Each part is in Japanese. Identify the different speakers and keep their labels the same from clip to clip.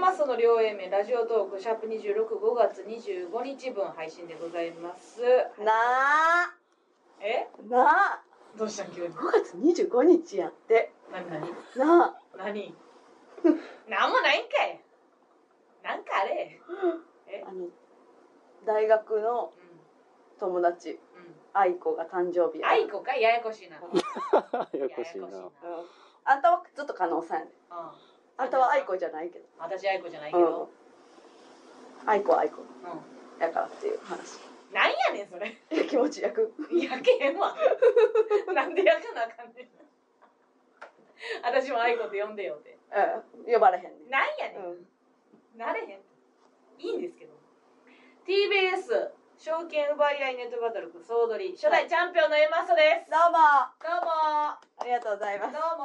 Speaker 1: ますの両 A 面ラジオトークシャープ265月25日分配信でございます
Speaker 2: なあ
Speaker 1: え
Speaker 2: なあ
Speaker 1: どうしたん急に
Speaker 2: 5月25日やって
Speaker 1: 何何
Speaker 2: なあ
Speaker 1: 何 何もないんかいなんかあれえ
Speaker 2: あの大学の
Speaker 1: う
Speaker 2: 友達
Speaker 1: んうん
Speaker 2: 愛子が誕生日や
Speaker 1: あいこかややこしいな
Speaker 3: ややこしいな。
Speaker 2: うんあんたはずっと加納さんやね
Speaker 1: うん
Speaker 2: あんたは愛子じゃないけど
Speaker 1: 私あいこじゃないけど、
Speaker 2: うん愛子は愛子
Speaker 1: うん、
Speaker 2: やからっていう話
Speaker 1: なんやねんそれ
Speaker 2: え気持ち役
Speaker 1: 焼けへんわ なんで焼かなあかん ねん私もあいこって呼んでよって
Speaker 2: うん呼ばれへんね
Speaker 1: なんやねん、
Speaker 2: うん
Speaker 1: なれへんいいんですけど TBS 証券奪い合いネットバトル総取り初代チャンピオンのエマストです
Speaker 2: どうもあ
Speaker 1: どうも
Speaker 2: りがとうござい
Speaker 1: ど
Speaker 2: ま
Speaker 1: う
Speaker 2: す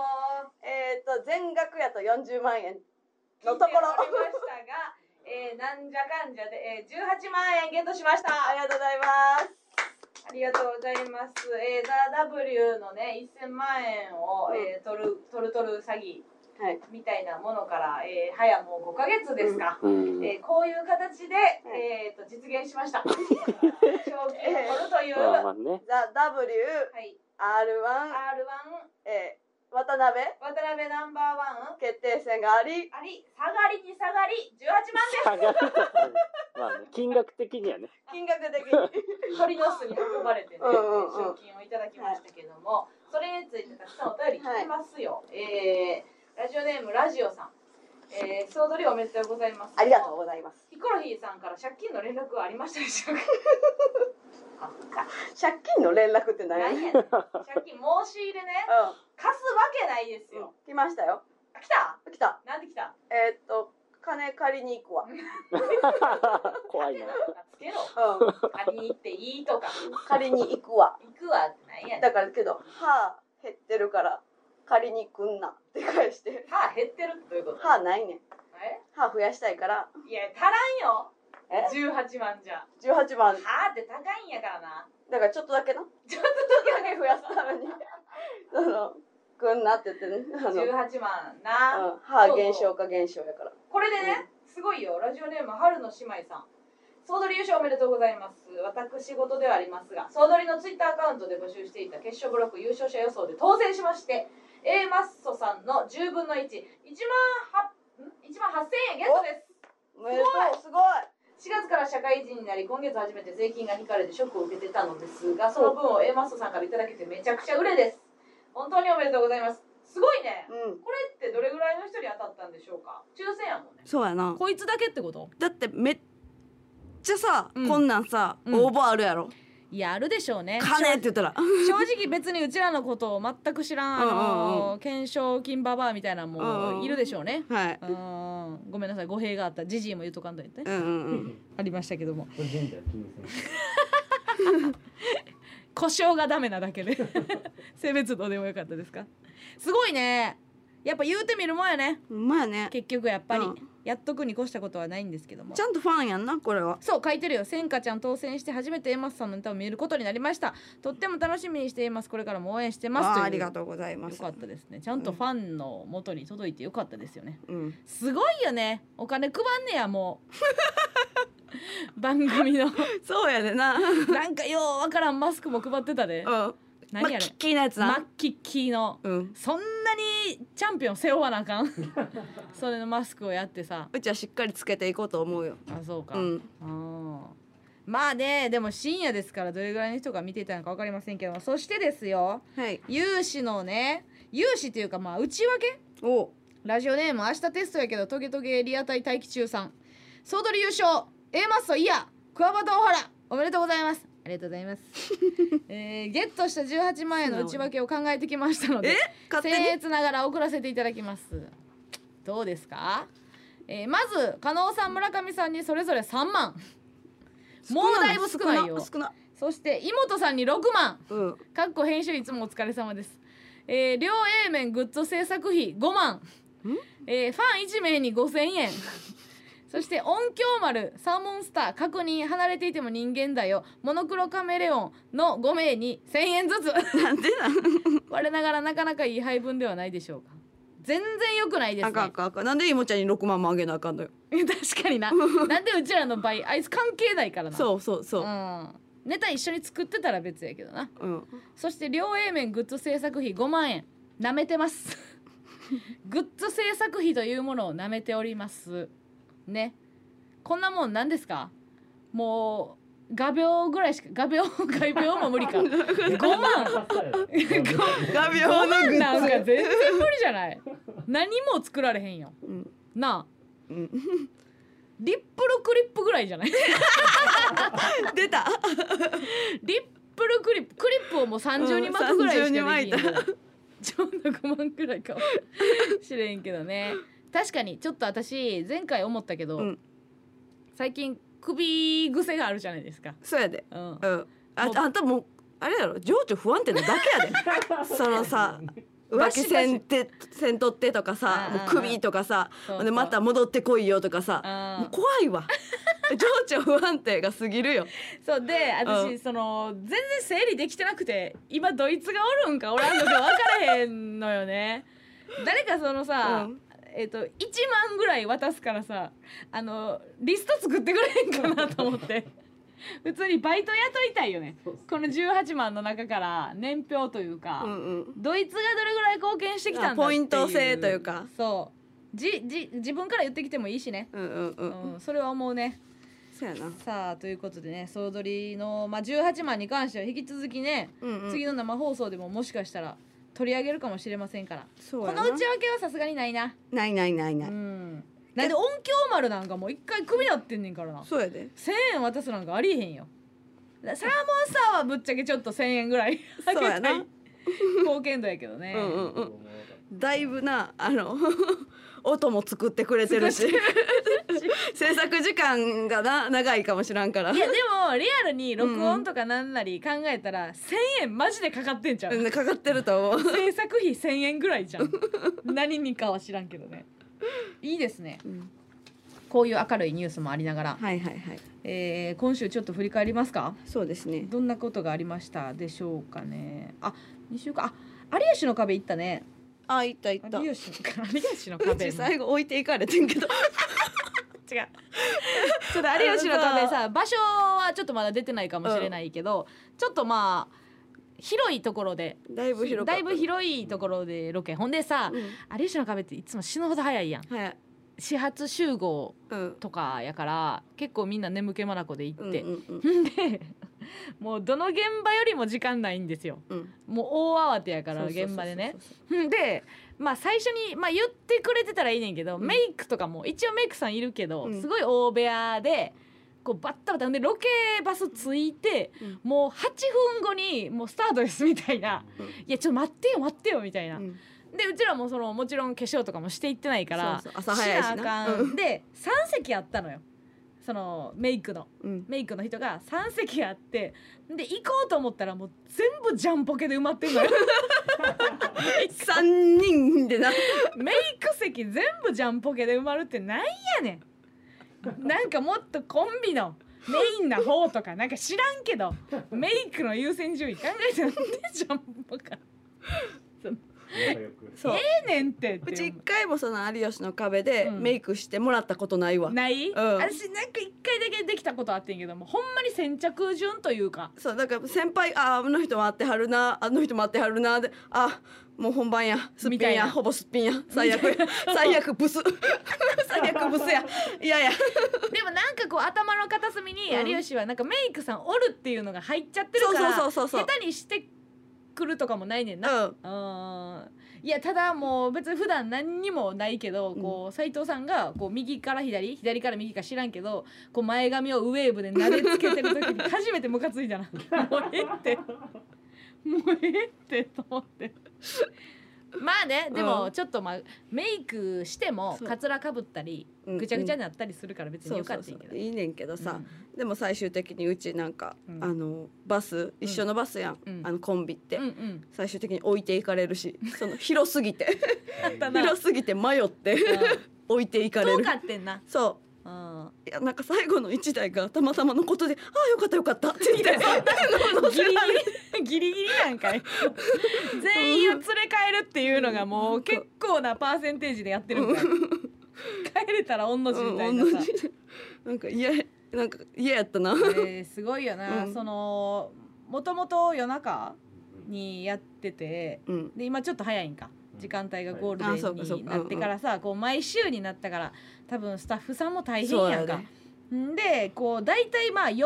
Speaker 1: も
Speaker 2: えっ、と全額やと40万円
Speaker 1: 聞
Speaker 2: の
Speaker 1: い
Speaker 2: と
Speaker 1: ており
Speaker 2: ころ
Speaker 1: ましたが、えーなんじゃかんじゃで、えー18万円ゲットしました
Speaker 2: ありがとうございます
Speaker 1: ありがとうございます。えー、ザ・ W のね、1000万円を、
Speaker 2: うん
Speaker 1: えー取る、取る取る詐欺
Speaker 2: はい
Speaker 1: みたいなものから、えー早もう5ヶ月ですか。
Speaker 3: うん。
Speaker 1: えーこういう形で、えーと、実現しま した。賞金を取るという、
Speaker 3: まあま
Speaker 1: は
Speaker 3: あね。
Speaker 2: ザ・ W
Speaker 1: い、
Speaker 2: R1、
Speaker 1: R1、
Speaker 2: えー渡辺
Speaker 1: 渡辺ナンバーワン、
Speaker 2: 決定戦があり
Speaker 1: あり、下がりに下がり、18万
Speaker 3: 下がる。まあね。金額的にはね。
Speaker 2: 金額的に
Speaker 1: です。鳥の巣に運ばれてね、
Speaker 2: うんうんうん
Speaker 1: 賞金をいただきましたけども、それについてたくさんお便り来てますよ。えーラジオネームラジオさん。えー、総取りおめでとうございます。
Speaker 2: ありがとうございます
Speaker 1: ヒコロヒーさんから借金の連絡はありましたでしょうかあっ か
Speaker 2: 借金の連絡って何や
Speaker 1: 何
Speaker 2: ねん
Speaker 1: やねん借金申し入れね
Speaker 2: う
Speaker 1: 貸すわけないです
Speaker 2: ん
Speaker 1: よ、
Speaker 2: 来ましたよ
Speaker 1: あ来た
Speaker 2: 来た
Speaker 1: なんで来た
Speaker 2: えーっと金借りに行くわ
Speaker 3: 怖いな。
Speaker 1: つけろ
Speaker 2: うん
Speaker 1: 借りに行っていいとか
Speaker 2: 借りに行くわ
Speaker 1: 行くわってなんやねん
Speaker 2: だからけど歯減ってるから借りに来んなって返して
Speaker 1: 歯減ってるってどういうこと
Speaker 2: 歯ないねん
Speaker 1: え
Speaker 2: 歯増やしたいから
Speaker 1: いや足らんよ
Speaker 2: え
Speaker 1: 18万じゃ
Speaker 2: 18番
Speaker 1: 歯って高いんやからな
Speaker 2: だからちょっとだけな
Speaker 1: ちょっ
Speaker 2: ちょっとだけ増やすために その来んなって言ってねあの、うん、
Speaker 1: 18万な、
Speaker 2: 歯減少か減少やから
Speaker 1: これでね、すごいよラジオネーム春の姉妹さん総取り優勝おめでとうございます私事ではありますが総取りのツイッターアカウントで募集していた決勝ブロック優勝者予想で当選しまして A マッソさんの10分の11万はん1万8000円ゲットです
Speaker 2: おめでとうすごい
Speaker 1: 4月から社会人になり今月初めて税金が引かれてショックを受けてたのですがその分を A マッソさんからいただけてめちゃくちゃ売れです本当におめでとうございますすごいね
Speaker 2: うん
Speaker 1: これってどれぐらいの人に当たったんでしょうか抽選やもんね
Speaker 4: そうやな
Speaker 1: こいつだけってこと
Speaker 4: だってめっちゃさ、
Speaker 1: うん
Speaker 4: こんなんさ、
Speaker 1: うん
Speaker 4: 応募あるやろ
Speaker 1: いやあるでしょうね
Speaker 4: 金って言ったら
Speaker 1: 正直別にうちらのことを全く知らん、あ
Speaker 4: うんうん
Speaker 1: のー懸賞金ババアみたいなの
Speaker 4: うんう
Speaker 1: も
Speaker 4: ん
Speaker 1: いるでしょうね。
Speaker 4: はい
Speaker 1: うんごめんなさい語弊があったジジイも言うとかんと言って、
Speaker 4: うんうんうん
Speaker 1: ありましたけども
Speaker 5: これ現在金銭
Speaker 1: 故障がダメなだけで 性別どうでもよかったですかすごいねやっぱ言うてみるもんやね
Speaker 4: ほんまあね
Speaker 1: 結局やっぱり、
Speaker 4: うん
Speaker 1: やっとくに越したことはないんですけども
Speaker 4: ちゃんとファンやんなこれは
Speaker 1: そう書いてるよ千花ちゃん当選して初めてエマスさんの歌を見ることになりましたとっても楽しみにしていますこれからも応援してます
Speaker 4: あ
Speaker 1: とい
Speaker 4: ー
Speaker 1: う
Speaker 4: ありがとうございます
Speaker 1: よかったですねちゃんとファンの元に届いてよかったですよね
Speaker 4: うん
Speaker 1: すごいよねお金配んねやも う番組の
Speaker 4: そうやでなうん
Speaker 1: なんかようわからんマスクも配ってたで何や
Speaker 4: ま
Speaker 1: れ
Speaker 4: あ、キッキーなやつ
Speaker 1: マ
Speaker 4: な
Speaker 1: ッキッキーの
Speaker 4: うん
Speaker 1: そんなにチャンピオン背負わなあか んそれのマスクをやってさ
Speaker 4: うちはしっかりつけていこうと思うよ
Speaker 1: あそうか、
Speaker 4: うん
Speaker 1: あまあねでも深夜ですからどれぐらいの人が見ていたのか分かりませんけどもそしてですよ
Speaker 4: はい
Speaker 1: 有志のね有志というかまあ内訳
Speaker 4: お
Speaker 1: ラジオネーム明日テストやけどトゲトゲリアタイ待機中さん総取り優勝 A マッソイヤクワバタオハラおめでとうございますありがとうござ います、えーゲットした18万円の内訳を考えてきましたので
Speaker 4: え勝手
Speaker 1: 僭
Speaker 4: に
Speaker 1: 越ながら送らせていただきますどうですか、えーまず加納さん村上さんにそれぞれ3万もうだいぶ少ないよ
Speaker 4: 少な
Speaker 1: そして妹さんに6万
Speaker 4: 少なうん
Speaker 1: かっこ編集いつもお疲れ様です、えー両 A 面グッズ制作費5万、えーファン1名に5000円 そして音響丸サーモンスター確認離れていても人間だよモノクロカメレオンの5名に1000円ずつ
Speaker 4: なんでなん
Speaker 1: 我ながらなかなかいい配分ではないでしょうか全然良くないです
Speaker 2: あかんあ
Speaker 1: ね
Speaker 2: かんあかんなんでいもちゃんに六万もあげなあかんのよ
Speaker 1: 確かに ななんでうちらの場合あいつ関係ないからな
Speaker 2: そうそうそう
Speaker 1: う、ん、ネタ一緒に作ってたら別やけどな
Speaker 2: うん、
Speaker 1: そして両 A 面グッズ制作費5万円なめてます グッズ制作費というものをなめておりますねこんなもん何ですかもう画鋲ぐらいしか画鋲画鋲も無理か5万
Speaker 2: 画鋲
Speaker 1: 5
Speaker 2: の
Speaker 1: 万
Speaker 2: グ
Speaker 1: なんか
Speaker 2: ッ
Speaker 1: 全
Speaker 2: ズ
Speaker 1: 然無理じゃない何も作られへんよ
Speaker 2: うん
Speaker 1: なあ
Speaker 2: う
Speaker 1: リ
Speaker 2: ん、
Speaker 1: ップルクリップぐらいじゃない
Speaker 2: 出た
Speaker 1: リップルクリップクリップをもう30に巻くぐらいしかできんの、ちょうど5万くらいかもしれんけどね確かにちょっと私前回思ったけど、
Speaker 2: うん
Speaker 1: 最近首癖があるじゃないですか、
Speaker 2: そうやで
Speaker 1: うん、
Speaker 2: うんあ
Speaker 1: もう
Speaker 2: あんたもうあれやろ情緒不安定なだ けやでそのさ浮
Speaker 1: バシ
Speaker 2: 気
Speaker 1: バシ
Speaker 2: せんてせんとってとかさ
Speaker 1: あー
Speaker 2: もう首とかさ
Speaker 1: そうそう
Speaker 2: でまた戻ってこいよとかさも
Speaker 1: あ
Speaker 2: う怖 いわ情緒不安定が過ぎるよ
Speaker 1: ーそうで私、その全然整理できてなくて今ドイツがおるんかおらんのか分からへんのよね誰かそのさ、
Speaker 2: うん
Speaker 1: えっと1万ぐらい渡すからさあのリスト作ってくれへんかなと思って 普通にバイト雇いたいよねこの18万の中から年表というか、
Speaker 2: うんうん
Speaker 1: ドイツがどれぐらい貢献してきたんだっていう
Speaker 2: あポイント制というか
Speaker 1: そうじじ自分から言ってきてもいいしね、
Speaker 2: うんうんう
Speaker 1: うんんそれは思うね
Speaker 2: そうやな
Speaker 1: さあということでね総取りの、まあ、18万に関しては引き続きね、
Speaker 2: うんうん
Speaker 1: 次の生放送でももしかしたら取り上げるかもしれませんから
Speaker 2: そう
Speaker 1: こ
Speaker 2: や
Speaker 1: の
Speaker 2: な
Speaker 1: 内訳はさすがにないな、
Speaker 2: ないないないな
Speaker 1: う
Speaker 2: い
Speaker 1: んなんで音響丸なんかもう一回クビなってんねんからな
Speaker 2: そうやで
Speaker 1: 1,000円渡すなんかありえへんよサーモンサワーはぶっちゃけちょっと1,000円ぐらいあげ
Speaker 2: そ
Speaker 1: た
Speaker 2: うやない
Speaker 1: 貢献度やけどね、
Speaker 2: うんうんうんだいぶなあの 音も作ってくれてるし 制作時間がな長いかもしらんから
Speaker 1: いやでもリアルに録音とかなんなり考えたら1,000円マジでかかってんじゃん、
Speaker 2: うんかかってると思う
Speaker 1: 制作費1,000円ぐらいじゃん何にかは知らんけどねいいですね
Speaker 2: うん
Speaker 1: こういう明るいニュースもありながら、
Speaker 2: はいはいはい
Speaker 1: えー今週ちょっと振り返りますか
Speaker 2: そうですね
Speaker 1: どんなことがありましたでしょうかねあ2週間あ有吉の壁行ったね
Speaker 2: あいったいった
Speaker 1: 有吉の壁有吉の
Speaker 2: う
Speaker 1: 壁
Speaker 2: ち最後置いていかれてんけ
Speaker 1: 違
Speaker 2: ど
Speaker 1: う ちょっと有吉の壁さ場所はちょっとまだ出てないかもしれないけど、ちょっとまあ広いところで
Speaker 2: だいぶ広か
Speaker 1: だ
Speaker 2: った
Speaker 1: いぶ広いところでロケほんでさ、
Speaker 2: う
Speaker 1: 有吉の壁っていつも死ぬほど早いやん
Speaker 2: んはい
Speaker 1: 始発集合
Speaker 2: うん
Speaker 1: とかやから結構みんな眠気まなこで行
Speaker 2: うんう
Speaker 1: っ
Speaker 2: ん
Speaker 1: て、
Speaker 2: う ん
Speaker 1: でもうどの現場よりも時間ないんですよ
Speaker 2: うん
Speaker 1: もう大慌てやから現場でね
Speaker 2: そうそうそう
Speaker 1: でまあ最初に、まあ、言ってくれてたらいいねんけど、
Speaker 2: うん
Speaker 1: メイクとかも一応メイクさんいるけど、
Speaker 2: うん
Speaker 1: すごい大部屋でこうバッタバタでロケバス着いて、もう8分後にもうスタートですみたいな
Speaker 3: うん
Speaker 1: 「いやちょっと待ってよ待ってよ」みたいな。
Speaker 2: そううん
Speaker 1: でうちらもそのもちろん化粧とかもしていってないから
Speaker 2: そうそう朝早いしな
Speaker 1: なあかん、
Speaker 2: うん
Speaker 1: で3席あったのよそのメイクの
Speaker 2: うん
Speaker 1: メイクの人が3席あってで行こうと思ったらもう全部ジャンポケで埋まってん のよ
Speaker 2: 三人でな
Speaker 1: メイク席全部ジャンポケで埋まるってなんやねんなんかもっとコンビのメインな方とかなんか知らんけどメイクの優先順位考えてなんでジャンポケ
Speaker 2: そう
Speaker 1: ええねんってって
Speaker 2: うち一回もその有吉の壁で
Speaker 1: うん
Speaker 2: メイクしてもらったことないわ
Speaker 1: ない、
Speaker 2: ん
Speaker 1: 私なんか一回だけできたことあってんけどもうほんまに先着順というか
Speaker 2: そうだから先輩ああの人待ってはるなあの人待ってはるなであもう本番やすっぴ
Speaker 1: み
Speaker 2: ん
Speaker 1: たい
Speaker 2: や
Speaker 1: な
Speaker 2: ほぼすっぴんや最悪や 最悪ブス最悪ブスやいやいや
Speaker 1: でもなんかこう頭の片隅に
Speaker 2: うん
Speaker 1: 有吉はなんかメイクさんおるっていうのが入っちゃってるから
Speaker 2: そうそうそうそうそう
Speaker 1: 下手にしてくるとかもないねんな。
Speaker 2: うん
Speaker 1: うんいやただもう別に普段何にもないけどこう斉藤さんがこう右から左左から右か知らんけどこう前髪をウェーブで撫でつけてる時に初めてムカつい たなもうええってもうええってと思ってまあねで
Speaker 2: う
Speaker 1: も
Speaker 2: ん
Speaker 1: ちょっとまあメイクしても
Speaker 2: そう
Speaker 1: かつらかぶったり
Speaker 2: うん
Speaker 1: ぐちゃぐちゃになったりするから別に
Speaker 2: そ
Speaker 1: よ
Speaker 2: う
Speaker 1: か
Speaker 2: そ
Speaker 1: っ
Speaker 2: う
Speaker 1: た
Speaker 2: そ
Speaker 1: んやけど
Speaker 2: ういいねんけどさ、
Speaker 1: う
Speaker 2: でも最終的にうちなんか、
Speaker 1: うん
Speaker 2: あのバス一緒のバスやん、
Speaker 1: うん
Speaker 2: あのコンビって、
Speaker 1: んうんうん
Speaker 2: 最終的に置いていかれ るしその広すぎて
Speaker 1: あったな
Speaker 2: 広すぎて迷って
Speaker 1: うん
Speaker 2: 置いていかれ
Speaker 1: 遠
Speaker 2: る
Speaker 1: かってんな
Speaker 2: そ
Speaker 1: う
Speaker 2: う
Speaker 1: ん
Speaker 2: いやなんか最後の一台がたまたまのことで「ああよかったよかった」って言って乗
Speaker 1: ギ
Speaker 2: せ
Speaker 1: リギ
Speaker 2: られる
Speaker 1: リギリギリなんかい全員を連れ帰るっていうのがもう結構なパーセンテージでやってるみたいな帰れたら御の字みたいなさ、
Speaker 2: なんか嫌やなんか嫌やったな、
Speaker 1: えーすごいよな、
Speaker 2: うん
Speaker 1: そのもともと夜中にやってて
Speaker 2: うん、
Speaker 1: で今ちょっと早いんか時間帯がゴール
Speaker 2: あそうか
Speaker 1: デ
Speaker 2: そ
Speaker 1: ン
Speaker 2: う
Speaker 1: に
Speaker 2: か
Speaker 1: なってからさこう毎週になったから多分スタッフさんも大変
Speaker 2: そう
Speaker 1: や
Speaker 2: や
Speaker 1: んか
Speaker 2: で。
Speaker 1: んでこう大体まあ4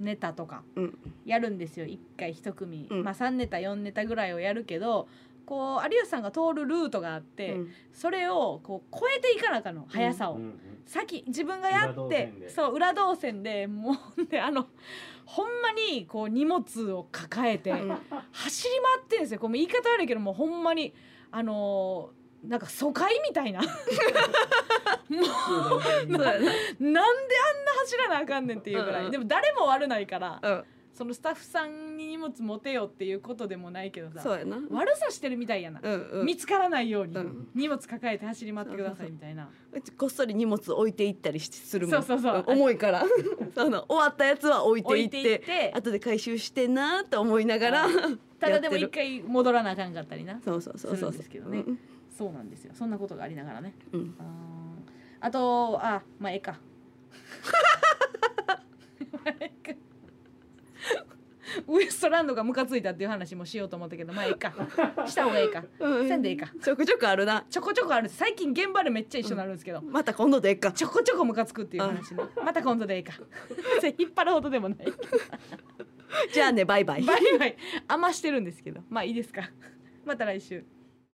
Speaker 1: ネタとか
Speaker 2: うん
Speaker 1: やるんですよ1回1組、
Speaker 2: うん
Speaker 1: まあ、3ネタ4ネタぐらいをやるけどこう有吉さんが通るルートがあっ
Speaker 2: う
Speaker 1: て、
Speaker 2: ん
Speaker 1: それをこう超えていかなあかんの速さを。 先自分がや
Speaker 6: 裏動
Speaker 1: っ
Speaker 6: 線
Speaker 1: て
Speaker 6: で
Speaker 1: そう裏動線でもうであのほんまにこう荷物を抱えて
Speaker 2: うん
Speaker 1: 走り回ってんですよこう言い方悪いけどもうほんまにあのーなんか疎開み たいななん
Speaker 2: そうやな
Speaker 1: であんな走らなあかんねんっていうぐらい、
Speaker 2: うん
Speaker 1: でも誰も悪ないから
Speaker 2: うん
Speaker 1: そのスタッフさんに荷物持てよっていうことでもないけどさ
Speaker 2: そうやな
Speaker 1: 悪さしてるみたいやな、
Speaker 2: うんうん
Speaker 1: 見つからないように、
Speaker 2: うん
Speaker 1: 荷物抱えて走り回ってくださいみたいな
Speaker 2: うちこっそり荷物置いていったりしするもん
Speaker 1: そうそうそうん
Speaker 2: 重いから その終わったやつは置いて
Speaker 1: 置
Speaker 2: い
Speaker 1: い
Speaker 2: ってて
Speaker 1: いって
Speaker 2: 後で回収してなーって思いながら
Speaker 1: ただでも
Speaker 2: や
Speaker 1: 一
Speaker 2: って
Speaker 1: 回戻らなあかんかったりな
Speaker 2: そうそうそうそう
Speaker 1: するんで
Speaker 2: そう
Speaker 1: すけどね
Speaker 2: うん
Speaker 1: そうなんですよそんなことがありながらね
Speaker 2: うん
Speaker 1: あーあとあまあええか ウエストランドがムカついたっていう話もしようと思ったけどまあええかした方がええか
Speaker 2: うん
Speaker 1: せんでええか
Speaker 2: ちょくちょくあるな
Speaker 1: ちょこちょこある最近現場でめっちゃ一緒になるんですけど、
Speaker 2: また今度でえっか
Speaker 1: ちょこちょこムカつくっていう話ねまた今度でええかそれ引っ張るほどでもない
Speaker 2: じゃあねバイバイ
Speaker 1: バイバイ余してるんですけどまあいいですかまた来週